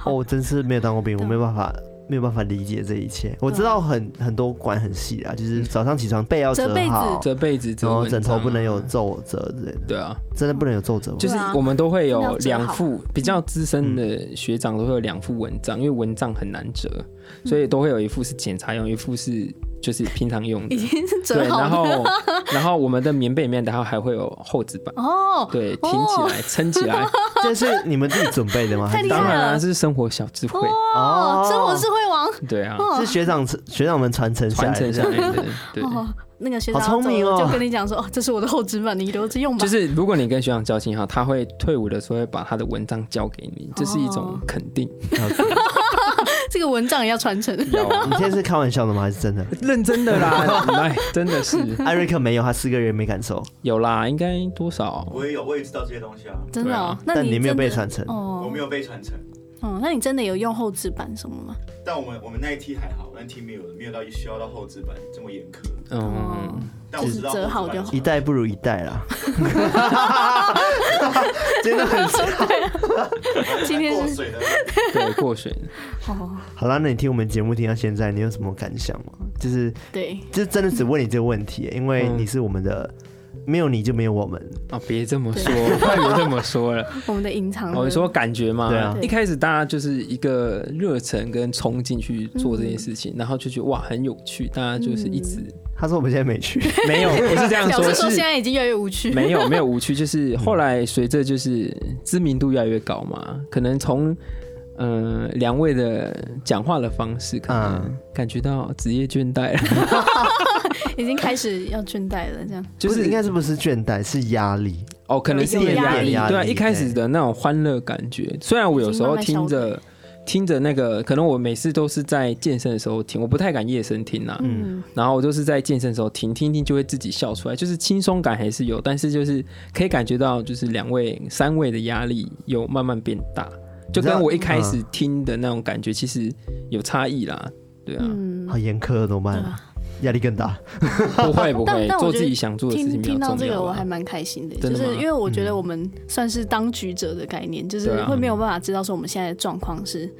[SPEAKER 1] 哦，我真是没有当过兵，我没有办法，没有办法理解这一切。我知道很很多管很细啊，就是早上起床被要
[SPEAKER 2] 折被子
[SPEAKER 1] 好，
[SPEAKER 3] 折被子，
[SPEAKER 2] 哦
[SPEAKER 1] 然后
[SPEAKER 3] 蚊帐
[SPEAKER 1] 枕
[SPEAKER 3] 啊
[SPEAKER 1] 头不能有。皱褶之类的，
[SPEAKER 3] 对啊，
[SPEAKER 1] 真的不能有皱褶。
[SPEAKER 3] 就是
[SPEAKER 2] 对啊
[SPEAKER 3] 我们都会
[SPEAKER 2] 真的
[SPEAKER 3] 有
[SPEAKER 2] 要折
[SPEAKER 3] 两
[SPEAKER 2] 好
[SPEAKER 3] 副比较资深的学长都会有两副蚊帐，因为蚊帐很难折，
[SPEAKER 2] 嗯
[SPEAKER 3] 所以都会有一副是检查用，一副是就是平常用的
[SPEAKER 2] 已。经是
[SPEAKER 3] 对，
[SPEAKER 2] 折好
[SPEAKER 3] 然
[SPEAKER 2] 了。
[SPEAKER 3] 后然后我们的棉被里面，然后还会有厚纸板，
[SPEAKER 2] 哦，
[SPEAKER 3] 对，挺起来撑 起来。
[SPEAKER 1] 这是你们自己准备的 吗？
[SPEAKER 2] 太厉害
[SPEAKER 3] 当
[SPEAKER 2] 了
[SPEAKER 3] 然啦，这是生活小智慧，
[SPEAKER 1] 哦
[SPEAKER 2] 哦，生活智慧王
[SPEAKER 3] 对啊，
[SPEAKER 1] 还哦是是学长学长们传承下
[SPEAKER 3] 传
[SPEAKER 1] 来
[SPEAKER 3] 承下
[SPEAKER 1] 的。
[SPEAKER 3] 来的。对，
[SPEAKER 2] 哦，那个学长
[SPEAKER 1] 好聪明哦
[SPEAKER 2] 要走了就跟你讲说，哦，这是我的厚纸板，你留着用吧。
[SPEAKER 3] 就是如果你跟学长交情好，他会退伍的时候会把他的文章交给你，这是一种
[SPEAKER 2] 哦
[SPEAKER 3] 肯 定。
[SPEAKER 2] 这个文章也要传 承，
[SPEAKER 3] 要 啊
[SPEAKER 1] 你现在是开玩笑的吗？还是真 的？
[SPEAKER 3] 认真的 啦，来，哎真的是
[SPEAKER 1] 艾瑞克没有，他四个月没感受，
[SPEAKER 3] 有啦，应该多少？
[SPEAKER 4] 我也有，我也知道这些东西啊，
[SPEAKER 2] 真的哦
[SPEAKER 3] 对啊。
[SPEAKER 2] 那
[SPEAKER 1] 但你没有
[SPEAKER 2] 真的
[SPEAKER 1] 被传承。
[SPEAKER 4] 我
[SPEAKER 2] 哦，
[SPEAKER 4] 没有被传承。
[SPEAKER 2] 嗯，那你真的有用厚纸板什么吗？
[SPEAKER 4] 但我们我们那一梯还好，我那梯没有没有到需要到厚纸板这么严苛。
[SPEAKER 2] 哦
[SPEAKER 3] 嗯，
[SPEAKER 4] 但我知道
[SPEAKER 2] 就是折好就好
[SPEAKER 1] 一 代不如一代 啦， 真的很像。
[SPEAKER 2] 今天是
[SPEAKER 4] 过水的，
[SPEAKER 3] 对，过水的。
[SPEAKER 2] 哦，
[SPEAKER 1] 好啦，那你听我们节目听到现在，你有什么感想吗？就是
[SPEAKER 2] 对，
[SPEAKER 1] 就真的只问你这个问题，因为
[SPEAKER 3] 嗯
[SPEAKER 1] 你是我们的，没有你就没有我们。
[SPEAKER 3] 啊，别这么说， 别这么 说了。
[SPEAKER 2] 我们的隐藏的。
[SPEAKER 3] 我哦说感觉嘛，
[SPEAKER 1] 对啊
[SPEAKER 3] 一开始大家就是一个热忱跟冲劲去做这件事
[SPEAKER 2] 嗯
[SPEAKER 3] 情，然后就觉得哇很有趣，大家就是一直、
[SPEAKER 1] 他说我们现在没去，
[SPEAKER 3] 没有，不是这 样
[SPEAKER 2] 表
[SPEAKER 3] 说，
[SPEAKER 2] 示说现
[SPEAKER 3] 是
[SPEAKER 2] 在已经越来越无趣。
[SPEAKER 3] 没有没有无趣，就是后来随着就是知名度越来越高嘛，可能从。嗯，两位的讲话的方式，可能
[SPEAKER 1] 嗯
[SPEAKER 3] 感觉到职业倦怠 了，
[SPEAKER 2] 已经开始要倦怠了，这样。
[SPEAKER 3] 就
[SPEAKER 1] 不
[SPEAKER 3] 是
[SPEAKER 1] 应该是不是倦怠，是压力。
[SPEAKER 3] 哦，可能是一
[SPEAKER 2] 有
[SPEAKER 3] 点压
[SPEAKER 2] 压
[SPEAKER 3] 力，
[SPEAKER 2] 力
[SPEAKER 3] 对啊，
[SPEAKER 1] 对
[SPEAKER 3] 一开始的那种欢乐感觉，虽然我有时候听
[SPEAKER 2] 已经慢慢
[SPEAKER 3] 着听着那个，可能我每次都是在健身的时候听，我不太敢夜深听啊啦、
[SPEAKER 2] 嗯，
[SPEAKER 3] 然后我就是在健身的时候听听听，就会自己笑出来，就是轻松感还是有，但是就是可以感觉到，就是两位、三位的压力有慢慢变大，就跟我一开始听的那种感觉其实有差异啦。对啊，
[SPEAKER 2] 嗯
[SPEAKER 1] 好严苛，怎么办
[SPEAKER 2] 对啊？
[SPEAKER 1] 压力更大。
[SPEAKER 3] 不会不会
[SPEAKER 2] 但，但我
[SPEAKER 3] 做
[SPEAKER 2] 觉
[SPEAKER 3] 自
[SPEAKER 2] 得
[SPEAKER 3] 己想做的事
[SPEAKER 2] 听
[SPEAKER 3] 情比较
[SPEAKER 2] 听到这
[SPEAKER 3] 重
[SPEAKER 2] 个
[SPEAKER 3] 要
[SPEAKER 2] 我
[SPEAKER 3] 啊
[SPEAKER 2] 还。蛮开心的，
[SPEAKER 3] 真
[SPEAKER 2] 就
[SPEAKER 3] 的吗嗯
[SPEAKER 2] 是因为我觉得我们算是当局者的概念，就是
[SPEAKER 3] 对啊
[SPEAKER 2] 会没有办法知道说我们现在的状况是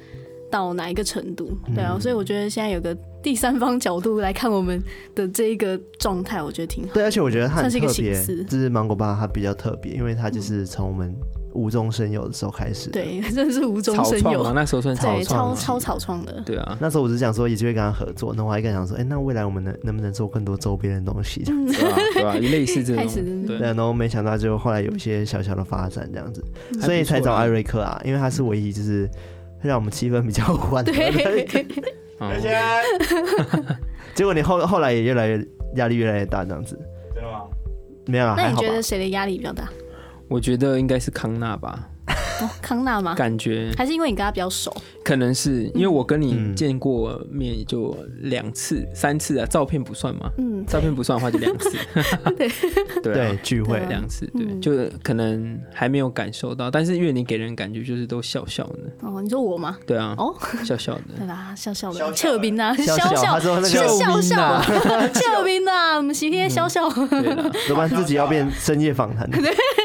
[SPEAKER 2] 到哪一个程度，
[SPEAKER 3] 嗯
[SPEAKER 2] 对啊，所以我觉得现在有个第三方角度来看我们的这一个状态，
[SPEAKER 3] 嗯
[SPEAKER 2] 我觉得挺好。
[SPEAKER 1] 对，而且我觉得他很
[SPEAKER 2] 算是一个
[SPEAKER 1] 特
[SPEAKER 2] 形
[SPEAKER 1] 别，
[SPEAKER 2] 式嗯
[SPEAKER 1] 就是芒果爸他比较特别，因为他就是从我们。无中生有的时候开始。，
[SPEAKER 2] 对， 真的是无中
[SPEAKER 3] 草
[SPEAKER 2] 生
[SPEAKER 3] 创嘛，啊
[SPEAKER 2] 有，
[SPEAKER 3] 那时候算草
[SPEAKER 2] 对，超
[SPEAKER 3] 创嘛，
[SPEAKER 2] 超草创 的。
[SPEAKER 3] 对啊，
[SPEAKER 1] 那时候我只想说有机会跟他合作，那我还更想说，哎、那未来我们能能不能做更多周边的东西？这
[SPEAKER 2] 嗯
[SPEAKER 1] 样
[SPEAKER 3] 对吧？对吧？啊类似 这
[SPEAKER 2] 开始
[SPEAKER 3] 种，对，啊
[SPEAKER 1] 对，然后没想到就后来有一些小小的发展这样子，
[SPEAKER 2] 嗯
[SPEAKER 3] 还不错
[SPEAKER 1] 所以才找
[SPEAKER 3] 啊
[SPEAKER 1] 艾瑞克啊，因为他是唯一就是让我们气氛比较缓和的
[SPEAKER 2] 对
[SPEAKER 1] 一个。
[SPEAKER 3] 哦
[SPEAKER 4] 而且真
[SPEAKER 1] 结果你后后来也越来越压力越来越大这样子，
[SPEAKER 4] 的吗？
[SPEAKER 1] 没有啦，
[SPEAKER 2] 那
[SPEAKER 1] 还
[SPEAKER 2] 你
[SPEAKER 1] 好吧
[SPEAKER 2] 觉？得谁的压力比较大？
[SPEAKER 3] 我觉得应该是康纳吧，
[SPEAKER 2] 哦，康纳吗？
[SPEAKER 3] 感觉
[SPEAKER 2] 还是因为你跟他比较熟？
[SPEAKER 3] 可能是因为我跟你
[SPEAKER 1] 嗯
[SPEAKER 3] 见过面也就两次、三次啊，照片不算嘛，
[SPEAKER 2] 嗯，
[SPEAKER 3] 照片不算的话就 两次， 对
[SPEAKER 1] 对
[SPEAKER 3] 啊，
[SPEAKER 1] 聚会
[SPEAKER 2] 对，
[SPEAKER 3] 两次，对，
[SPEAKER 2] 嗯
[SPEAKER 3] 就可能还没有感受到，但是因为你给人感觉就是都笑笑的，
[SPEAKER 2] 哦，你说我吗？
[SPEAKER 3] 对啊，
[SPEAKER 2] 哦，
[SPEAKER 3] 笑笑 的，
[SPEAKER 2] 对啦，笑笑
[SPEAKER 4] 笑
[SPEAKER 2] 的，
[SPEAKER 4] 笑
[SPEAKER 2] 俏斌呐，
[SPEAKER 1] 笑
[SPEAKER 2] 笑
[SPEAKER 1] 笑他
[SPEAKER 2] 笑，
[SPEAKER 1] 说那
[SPEAKER 2] 是
[SPEAKER 1] 个啊
[SPEAKER 3] 笑嗯
[SPEAKER 2] 笑
[SPEAKER 3] 斌
[SPEAKER 2] 笑
[SPEAKER 3] 呐，
[SPEAKER 2] 俏斌啊呐，我们喜天笑笑。
[SPEAKER 3] 对啦，
[SPEAKER 1] 老板自己要变深夜访谈，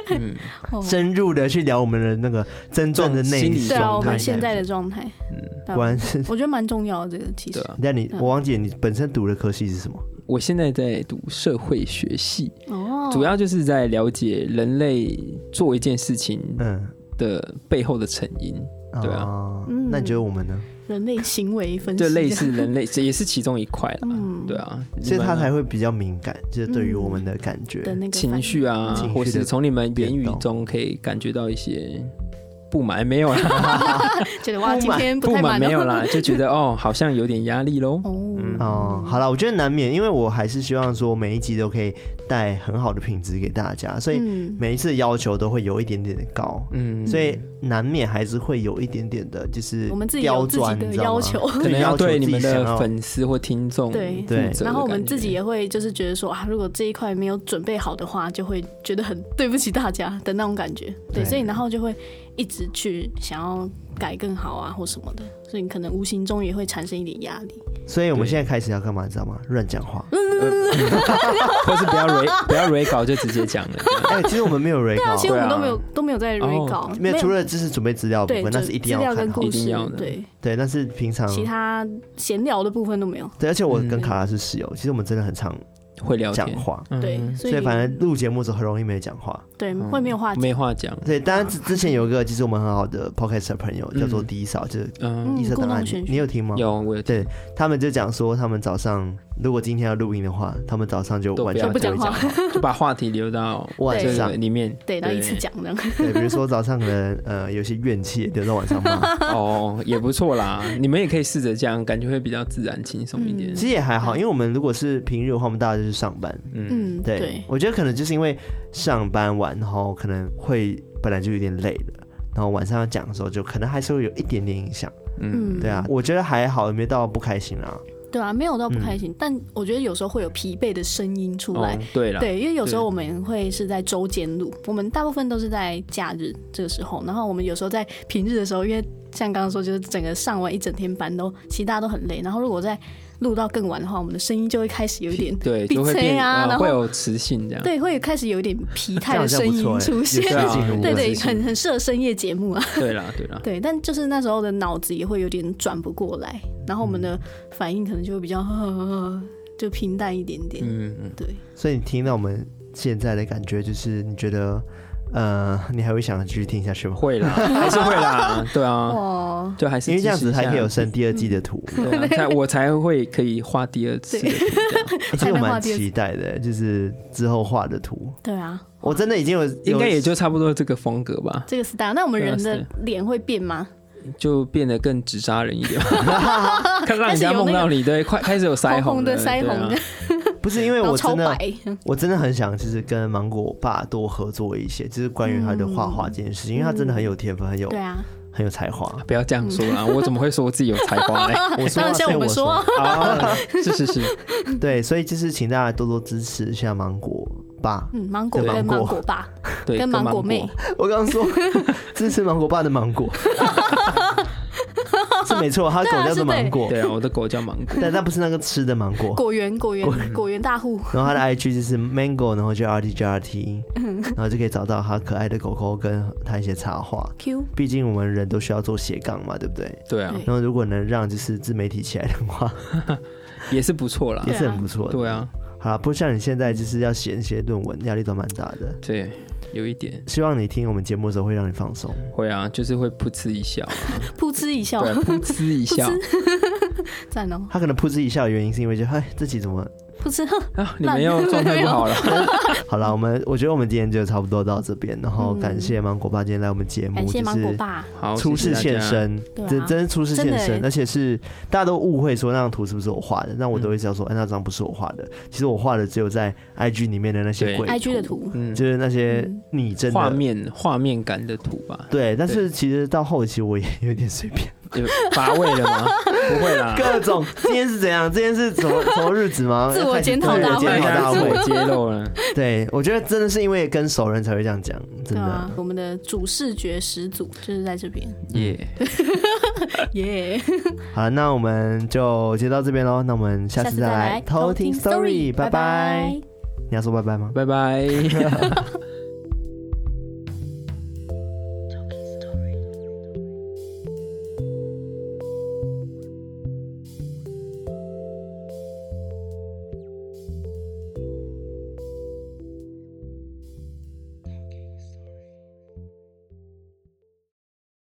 [SPEAKER 3] 嗯，
[SPEAKER 2] 哦
[SPEAKER 1] 深入的去聊我们的那个真正的内
[SPEAKER 3] 心理
[SPEAKER 1] 心。
[SPEAKER 2] 对啊，我
[SPEAKER 3] 状态
[SPEAKER 2] 们现在的状态，嗯
[SPEAKER 1] 果然是，
[SPEAKER 2] 我觉得蛮重要的，这个其
[SPEAKER 3] 对
[SPEAKER 2] 实。
[SPEAKER 3] 啊，
[SPEAKER 1] 那你我忘记了你本身读的科系是什么？
[SPEAKER 3] 我现在在读社会学系，
[SPEAKER 2] 哦，
[SPEAKER 3] 主要就是在了解人类做一件事情
[SPEAKER 1] 嗯，
[SPEAKER 3] 的背后的成因，对啊
[SPEAKER 1] 哦
[SPEAKER 2] 嗯
[SPEAKER 1] 那你觉得我们呢？
[SPEAKER 2] 人类行为分析，
[SPEAKER 3] 就类似人类，这也是其中一块啦，
[SPEAKER 2] 嗯
[SPEAKER 3] 对啊，
[SPEAKER 1] 所以他
[SPEAKER 3] 你们
[SPEAKER 1] 才会比较敏感，就是对于我们的感
[SPEAKER 2] 的
[SPEAKER 1] 觉。
[SPEAKER 2] 那个
[SPEAKER 3] 情绪啊
[SPEAKER 1] 情绪，的
[SPEAKER 3] 或是从你们言语
[SPEAKER 1] 变动
[SPEAKER 3] 中可以感觉到一些不满，没有啦，
[SPEAKER 2] 反 应，觉得哇，
[SPEAKER 1] 不
[SPEAKER 2] 今
[SPEAKER 1] 满
[SPEAKER 2] 天
[SPEAKER 3] 不
[SPEAKER 2] 太
[SPEAKER 3] 满
[SPEAKER 2] 满哦
[SPEAKER 3] 没
[SPEAKER 2] 了
[SPEAKER 3] 有啦，就觉得哦，好像有点压 力喽。
[SPEAKER 2] 哦，
[SPEAKER 1] 哦，好了，我觉得难免，因为我还是希望说每一集都可以带很好的品质给大家，所以
[SPEAKER 2] 嗯，
[SPEAKER 1] 每一次要求都会有一点点的高，
[SPEAKER 3] 嗯，
[SPEAKER 1] 所以难免还是会有一点点的，就是
[SPEAKER 2] 我们自己
[SPEAKER 1] 刁
[SPEAKER 2] 有自己
[SPEAKER 1] 钻，你
[SPEAKER 2] 的
[SPEAKER 1] 知道
[SPEAKER 2] 要
[SPEAKER 1] 吗
[SPEAKER 2] 求，
[SPEAKER 3] 可能要对你们
[SPEAKER 1] 自己想要
[SPEAKER 3] 的粉丝或听众
[SPEAKER 2] 对嗯
[SPEAKER 3] 负责的感觉
[SPEAKER 2] 然后我们自己也会就是觉得说啊，如果这一块没有准备好的话，就会觉得很对不起大家的那种感觉。对，
[SPEAKER 1] 对
[SPEAKER 2] 所以然后就会一直去想要改更好啊或什么的，所以你可能无形中也会产生一点压力。
[SPEAKER 1] 所以我们现在开始要干嘛，你知道 吗？乱讲话。
[SPEAKER 3] 或是不要 re 不要 re 稿就直接讲了，这样
[SPEAKER 1] 哎，其实我们没有 re
[SPEAKER 2] 对啊，其实
[SPEAKER 1] 稿，
[SPEAKER 2] 我们
[SPEAKER 3] 对啊
[SPEAKER 2] 都没有都没有在 re 稿，
[SPEAKER 1] 没有除了就是准备资料部
[SPEAKER 2] 对，
[SPEAKER 1] 分，那
[SPEAKER 2] 就是
[SPEAKER 1] 一定要
[SPEAKER 2] 资料
[SPEAKER 1] 看
[SPEAKER 2] 跟
[SPEAKER 1] 好。嗯
[SPEAKER 2] 故
[SPEAKER 3] 一定
[SPEAKER 2] 事
[SPEAKER 3] 要的
[SPEAKER 2] 对，
[SPEAKER 1] 对，但是平常
[SPEAKER 2] 其他闲聊的部分都没有。
[SPEAKER 1] 对，而且我跟
[SPEAKER 3] 嗯
[SPEAKER 1] 卡拉是室友，其实我们真的很常
[SPEAKER 3] 会聊
[SPEAKER 1] 讲
[SPEAKER 3] 天，
[SPEAKER 1] 话，
[SPEAKER 3] 嗯
[SPEAKER 2] 对，
[SPEAKER 1] 所
[SPEAKER 2] 所
[SPEAKER 1] 以
[SPEAKER 2] 以
[SPEAKER 1] 反嗯正录节目的时候很容易没讲话。
[SPEAKER 2] 对会没有话题。
[SPEAKER 3] 没话讲，
[SPEAKER 1] 对，当然之
[SPEAKER 2] 嗯
[SPEAKER 1] 之前有一个其实我们很好的 podcast 的朋友叫做
[SPEAKER 3] 嗯
[SPEAKER 1] 第一嫂，就是
[SPEAKER 3] 嗯，
[SPEAKER 1] 一色档案
[SPEAKER 2] 故弄，玄虚
[SPEAKER 1] 你有听吗？
[SPEAKER 3] 有我有
[SPEAKER 1] 对他们就讲说，他们早上如果今天要录音的话，他们早上就
[SPEAKER 3] 都
[SPEAKER 1] 完
[SPEAKER 3] 不要
[SPEAKER 1] 全
[SPEAKER 2] 就不
[SPEAKER 1] 会
[SPEAKER 2] 讲话
[SPEAKER 1] 讲，
[SPEAKER 3] 就把话题留到
[SPEAKER 1] 晚
[SPEAKER 3] 这
[SPEAKER 1] 上
[SPEAKER 3] 个里面，
[SPEAKER 2] 对，然后一次讲这样。
[SPEAKER 1] 对，比如说早上可能呃有些怨气留到晚上骂，
[SPEAKER 3] 哦，也不错啦，你们也可以试着这样，感觉会比较自然轻松一点
[SPEAKER 1] 其。实也还好，因为我们如果是平日的话，我们大家就是上班。
[SPEAKER 3] 嗯，
[SPEAKER 2] 嗯，
[SPEAKER 1] 对，
[SPEAKER 2] 对，
[SPEAKER 1] 我觉得可能就是因为上班完，然后可能会本来就有点累了，然后晚上要讲的时候，就可能还是会有一点点影响。
[SPEAKER 3] 嗯
[SPEAKER 1] 对啊，我觉得还好，也没到不开心啊。
[SPEAKER 2] 对啊，没有到不
[SPEAKER 1] 嗯
[SPEAKER 2] 开心，但我觉得有时候会有疲惫的声音出来
[SPEAKER 3] 哦。，对了，
[SPEAKER 2] 对，因为有时候
[SPEAKER 3] 对
[SPEAKER 2] 我们会是在周间录，我们大部分都是在假日这个时候，然后我们有时候在平日的时候，因为像刚刚说，就是整个上完一整天班都，其实大家都很累，然后如果在录到更晚的话，我们的声音就会开始有一点
[SPEAKER 3] 对，
[SPEAKER 2] 闭
[SPEAKER 3] 就会
[SPEAKER 2] 嘴
[SPEAKER 3] 变
[SPEAKER 2] 啊，
[SPEAKER 3] 呃
[SPEAKER 2] 然
[SPEAKER 3] 会
[SPEAKER 2] 后
[SPEAKER 3] 有磁性这样。
[SPEAKER 2] 对，会开始有一点疲
[SPEAKER 1] 啊这
[SPEAKER 2] 态
[SPEAKER 1] 样
[SPEAKER 2] 的
[SPEAKER 1] 好像
[SPEAKER 2] 声
[SPEAKER 1] 不
[SPEAKER 2] 音
[SPEAKER 1] 错欸，
[SPEAKER 2] 出现
[SPEAKER 1] 有，
[SPEAKER 3] 对
[SPEAKER 1] 些
[SPEAKER 3] 啊
[SPEAKER 1] 进入我
[SPEAKER 2] 对
[SPEAKER 1] 的
[SPEAKER 2] 对，
[SPEAKER 1] 事情
[SPEAKER 2] 很很适合深夜节目啊。
[SPEAKER 3] 对啦，对啦，
[SPEAKER 2] 对，但就是那时候的脑子也会有点转不过来，然后我们的反应可能就会比较就平淡一点点。
[SPEAKER 3] 嗯嗯，
[SPEAKER 2] 对，
[SPEAKER 1] 所以你听到我们现在的感觉，就是你觉得呃，你还会想继续听下去吗？
[SPEAKER 3] 会啦，还是 会啦，对啊，
[SPEAKER 2] 哦，
[SPEAKER 3] 就还是
[SPEAKER 1] 因为这样子
[SPEAKER 3] 支持一
[SPEAKER 1] 才
[SPEAKER 3] 下
[SPEAKER 1] 可以有生第二季的图，
[SPEAKER 2] 嗯
[SPEAKER 3] 对 啊，才我才会可以画第二次的图这样。
[SPEAKER 1] 欸其实我
[SPEAKER 2] 才能画
[SPEAKER 1] 蛮
[SPEAKER 2] 第二
[SPEAKER 1] 期待的，就是之后画的图，
[SPEAKER 2] 对啊，
[SPEAKER 1] 我真的已经有
[SPEAKER 3] 应该也
[SPEAKER 1] 有
[SPEAKER 3] 就差不多这个风格吧，
[SPEAKER 2] 这个是大。那我们
[SPEAKER 3] 对啊
[SPEAKER 2] 人的
[SPEAKER 3] 是
[SPEAKER 2] 脸会变吗？
[SPEAKER 3] 就变得更直扎人一点， 看让人
[SPEAKER 2] 开始
[SPEAKER 3] 家
[SPEAKER 2] 有
[SPEAKER 3] 梦
[SPEAKER 2] 那个
[SPEAKER 3] 到你，对，快开始有腮
[SPEAKER 2] 红
[SPEAKER 3] 红
[SPEAKER 2] 红的
[SPEAKER 3] 了
[SPEAKER 2] 腮红的
[SPEAKER 3] 对啊，
[SPEAKER 1] 不是因为
[SPEAKER 2] 然后
[SPEAKER 1] 哎我
[SPEAKER 2] 超
[SPEAKER 1] 真的
[SPEAKER 2] 白。
[SPEAKER 1] 我真的很想，就是跟芒果爸多合作一些，就是关于他的画画这件事情，因为他真的很有天分，很有
[SPEAKER 2] 对啊，
[SPEAKER 1] 很有才华。
[SPEAKER 3] 不要这样说啦，我怎么会说我自己有才华 嘞？
[SPEAKER 1] 我
[SPEAKER 2] 当
[SPEAKER 1] 话
[SPEAKER 2] 然像
[SPEAKER 1] 对
[SPEAKER 2] 我们说啊，
[SPEAKER 1] 哦
[SPEAKER 3] 啊，是是是，
[SPEAKER 1] 对，所以就是请大家多多支持一下芒果 爸。
[SPEAKER 2] 嗯，芒果
[SPEAKER 1] 对
[SPEAKER 2] 跟
[SPEAKER 1] 芒
[SPEAKER 2] 芒
[SPEAKER 1] 果
[SPEAKER 2] 果爸，
[SPEAKER 3] 对，
[SPEAKER 2] 跟芒果妹，
[SPEAKER 1] 我刚刚说支持芒果爸的芒果， 是没错，他的狗叫做芒果，
[SPEAKER 3] 对啊，我的狗叫芒果，
[SPEAKER 1] 但但不是那个吃的芒果。
[SPEAKER 2] 果园果园果园大户，
[SPEAKER 1] 然后他的 IG 就是 mango，然后就 RT GRT，然后就可以找到他可爱的狗狗跟他一些插画。
[SPEAKER 2] Q
[SPEAKER 1] 毕竟我们人都需要做斜杠嘛，对不对？
[SPEAKER 3] 对啊，
[SPEAKER 2] 对
[SPEAKER 1] 然后如果能让就是自媒体起来的话，
[SPEAKER 3] 也是不错啦
[SPEAKER 1] 也，是很不错的。
[SPEAKER 3] 对啊，
[SPEAKER 1] 好啦，不像你现在就是要写一些论文，压力都蛮大的。
[SPEAKER 3] 对，有一点
[SPEAKER 1] 希望你听我们节目的时候会让你放松。
[SPEAKER 3] 会啊，就是会噗嗤一笑，
[SPEAKER 2] 噗嗤一笑
[SPEAKER 1] 啊
[SPEAKER 3] 对，，噗嗤一笑
[SPEAKER 2] 赞哦，
[SPEAKER 1] 他可能噗嗤一笑的原因是因为觉得，哎，这集怎么？
[SPEAKER 2] 噗嗤，
[SPEAKER 3] 啊，你们又状态不好了，
[SPEAKER 1] 好了，我们我觉得我们今天就差不多到这边，然后
[SPEAKER 2] 嗯
[SPEAKER 1] 感谢芒果爸今天来我们节目，
[SPEAKER 2] 感谢芒果
[SPEAKER 1] 就是
[SPEAKER 2] 爸，
[SPEAKER 3] 好，
[SPEAKER 1] 初
[SPEAKER 3] 谢
[SPEAKER 1] 试
[SPEAKER 3] 谢
[SPEAKER 1] 现
[SPEAKER 3] 大家，
[SPEAKER 1] 身，
[SPEAKER 2] 对啊
[SPEAKER 1] 真真是初试现
[SPEAKER 2] 真
[SPEAKER 1] 身，
[SPEAKER 2] 的
[SPEAKER 1] 而且是大家都误会说那张图是不是我画的，那我都一直要说，哎，那张不是我画的。其实我画的只有在 IG 里面的那些
[SPEAKER 3] 对
[SPEAKER 1] 鬼
[SPEAKER 2] IG 的图，
[SPEAKER 3] 嗯，
[SPEAKER 1] 就是那些
[SPEAKER 2] 嗯
[SPEAKER 1] 拟真
[SPEAKER 3] 画
[SPEAKER 1] 的。
[SPEAKER 3] 面画面感的图吧，
[SPEAKER 1] 对，但是其实到后期我也有点随便，
[SPEAKER 3] 有乏味了吗？不会啦，
[SPEAKER 1] 各种今天是怎样，今天是什么什么日子吗？
[SPEAKER 2] 自我检讨
[SPEAKER 1] 自
[SPEAKER 2] 大
[SPEAKER 1] 我
[SPEAKER 2] 会
[SPEAKER 1] 检讨大啊
[SPEAKER 3] 自
[SPEAKER 1] 会。
[SPEAKER 3] 我揭露了，
[SPEAKER 1] 对，我觉得真的是因为跟熟人才会这样讲，真
[SPEAKER 2] 对
[SPEAKER 1] 的
[SPEAKER 2] 啊。，我们的主视觉始祖就是在这边，
[SPEAKER 3] 耶、
[SPEAKER 2] 耶、
[SPEAKER 1] 好，那我们就接到这边喽，那我们下次再来偷听 story，拜拜。你要说拜拜吗？
[SPEAKER 3] 拜拜。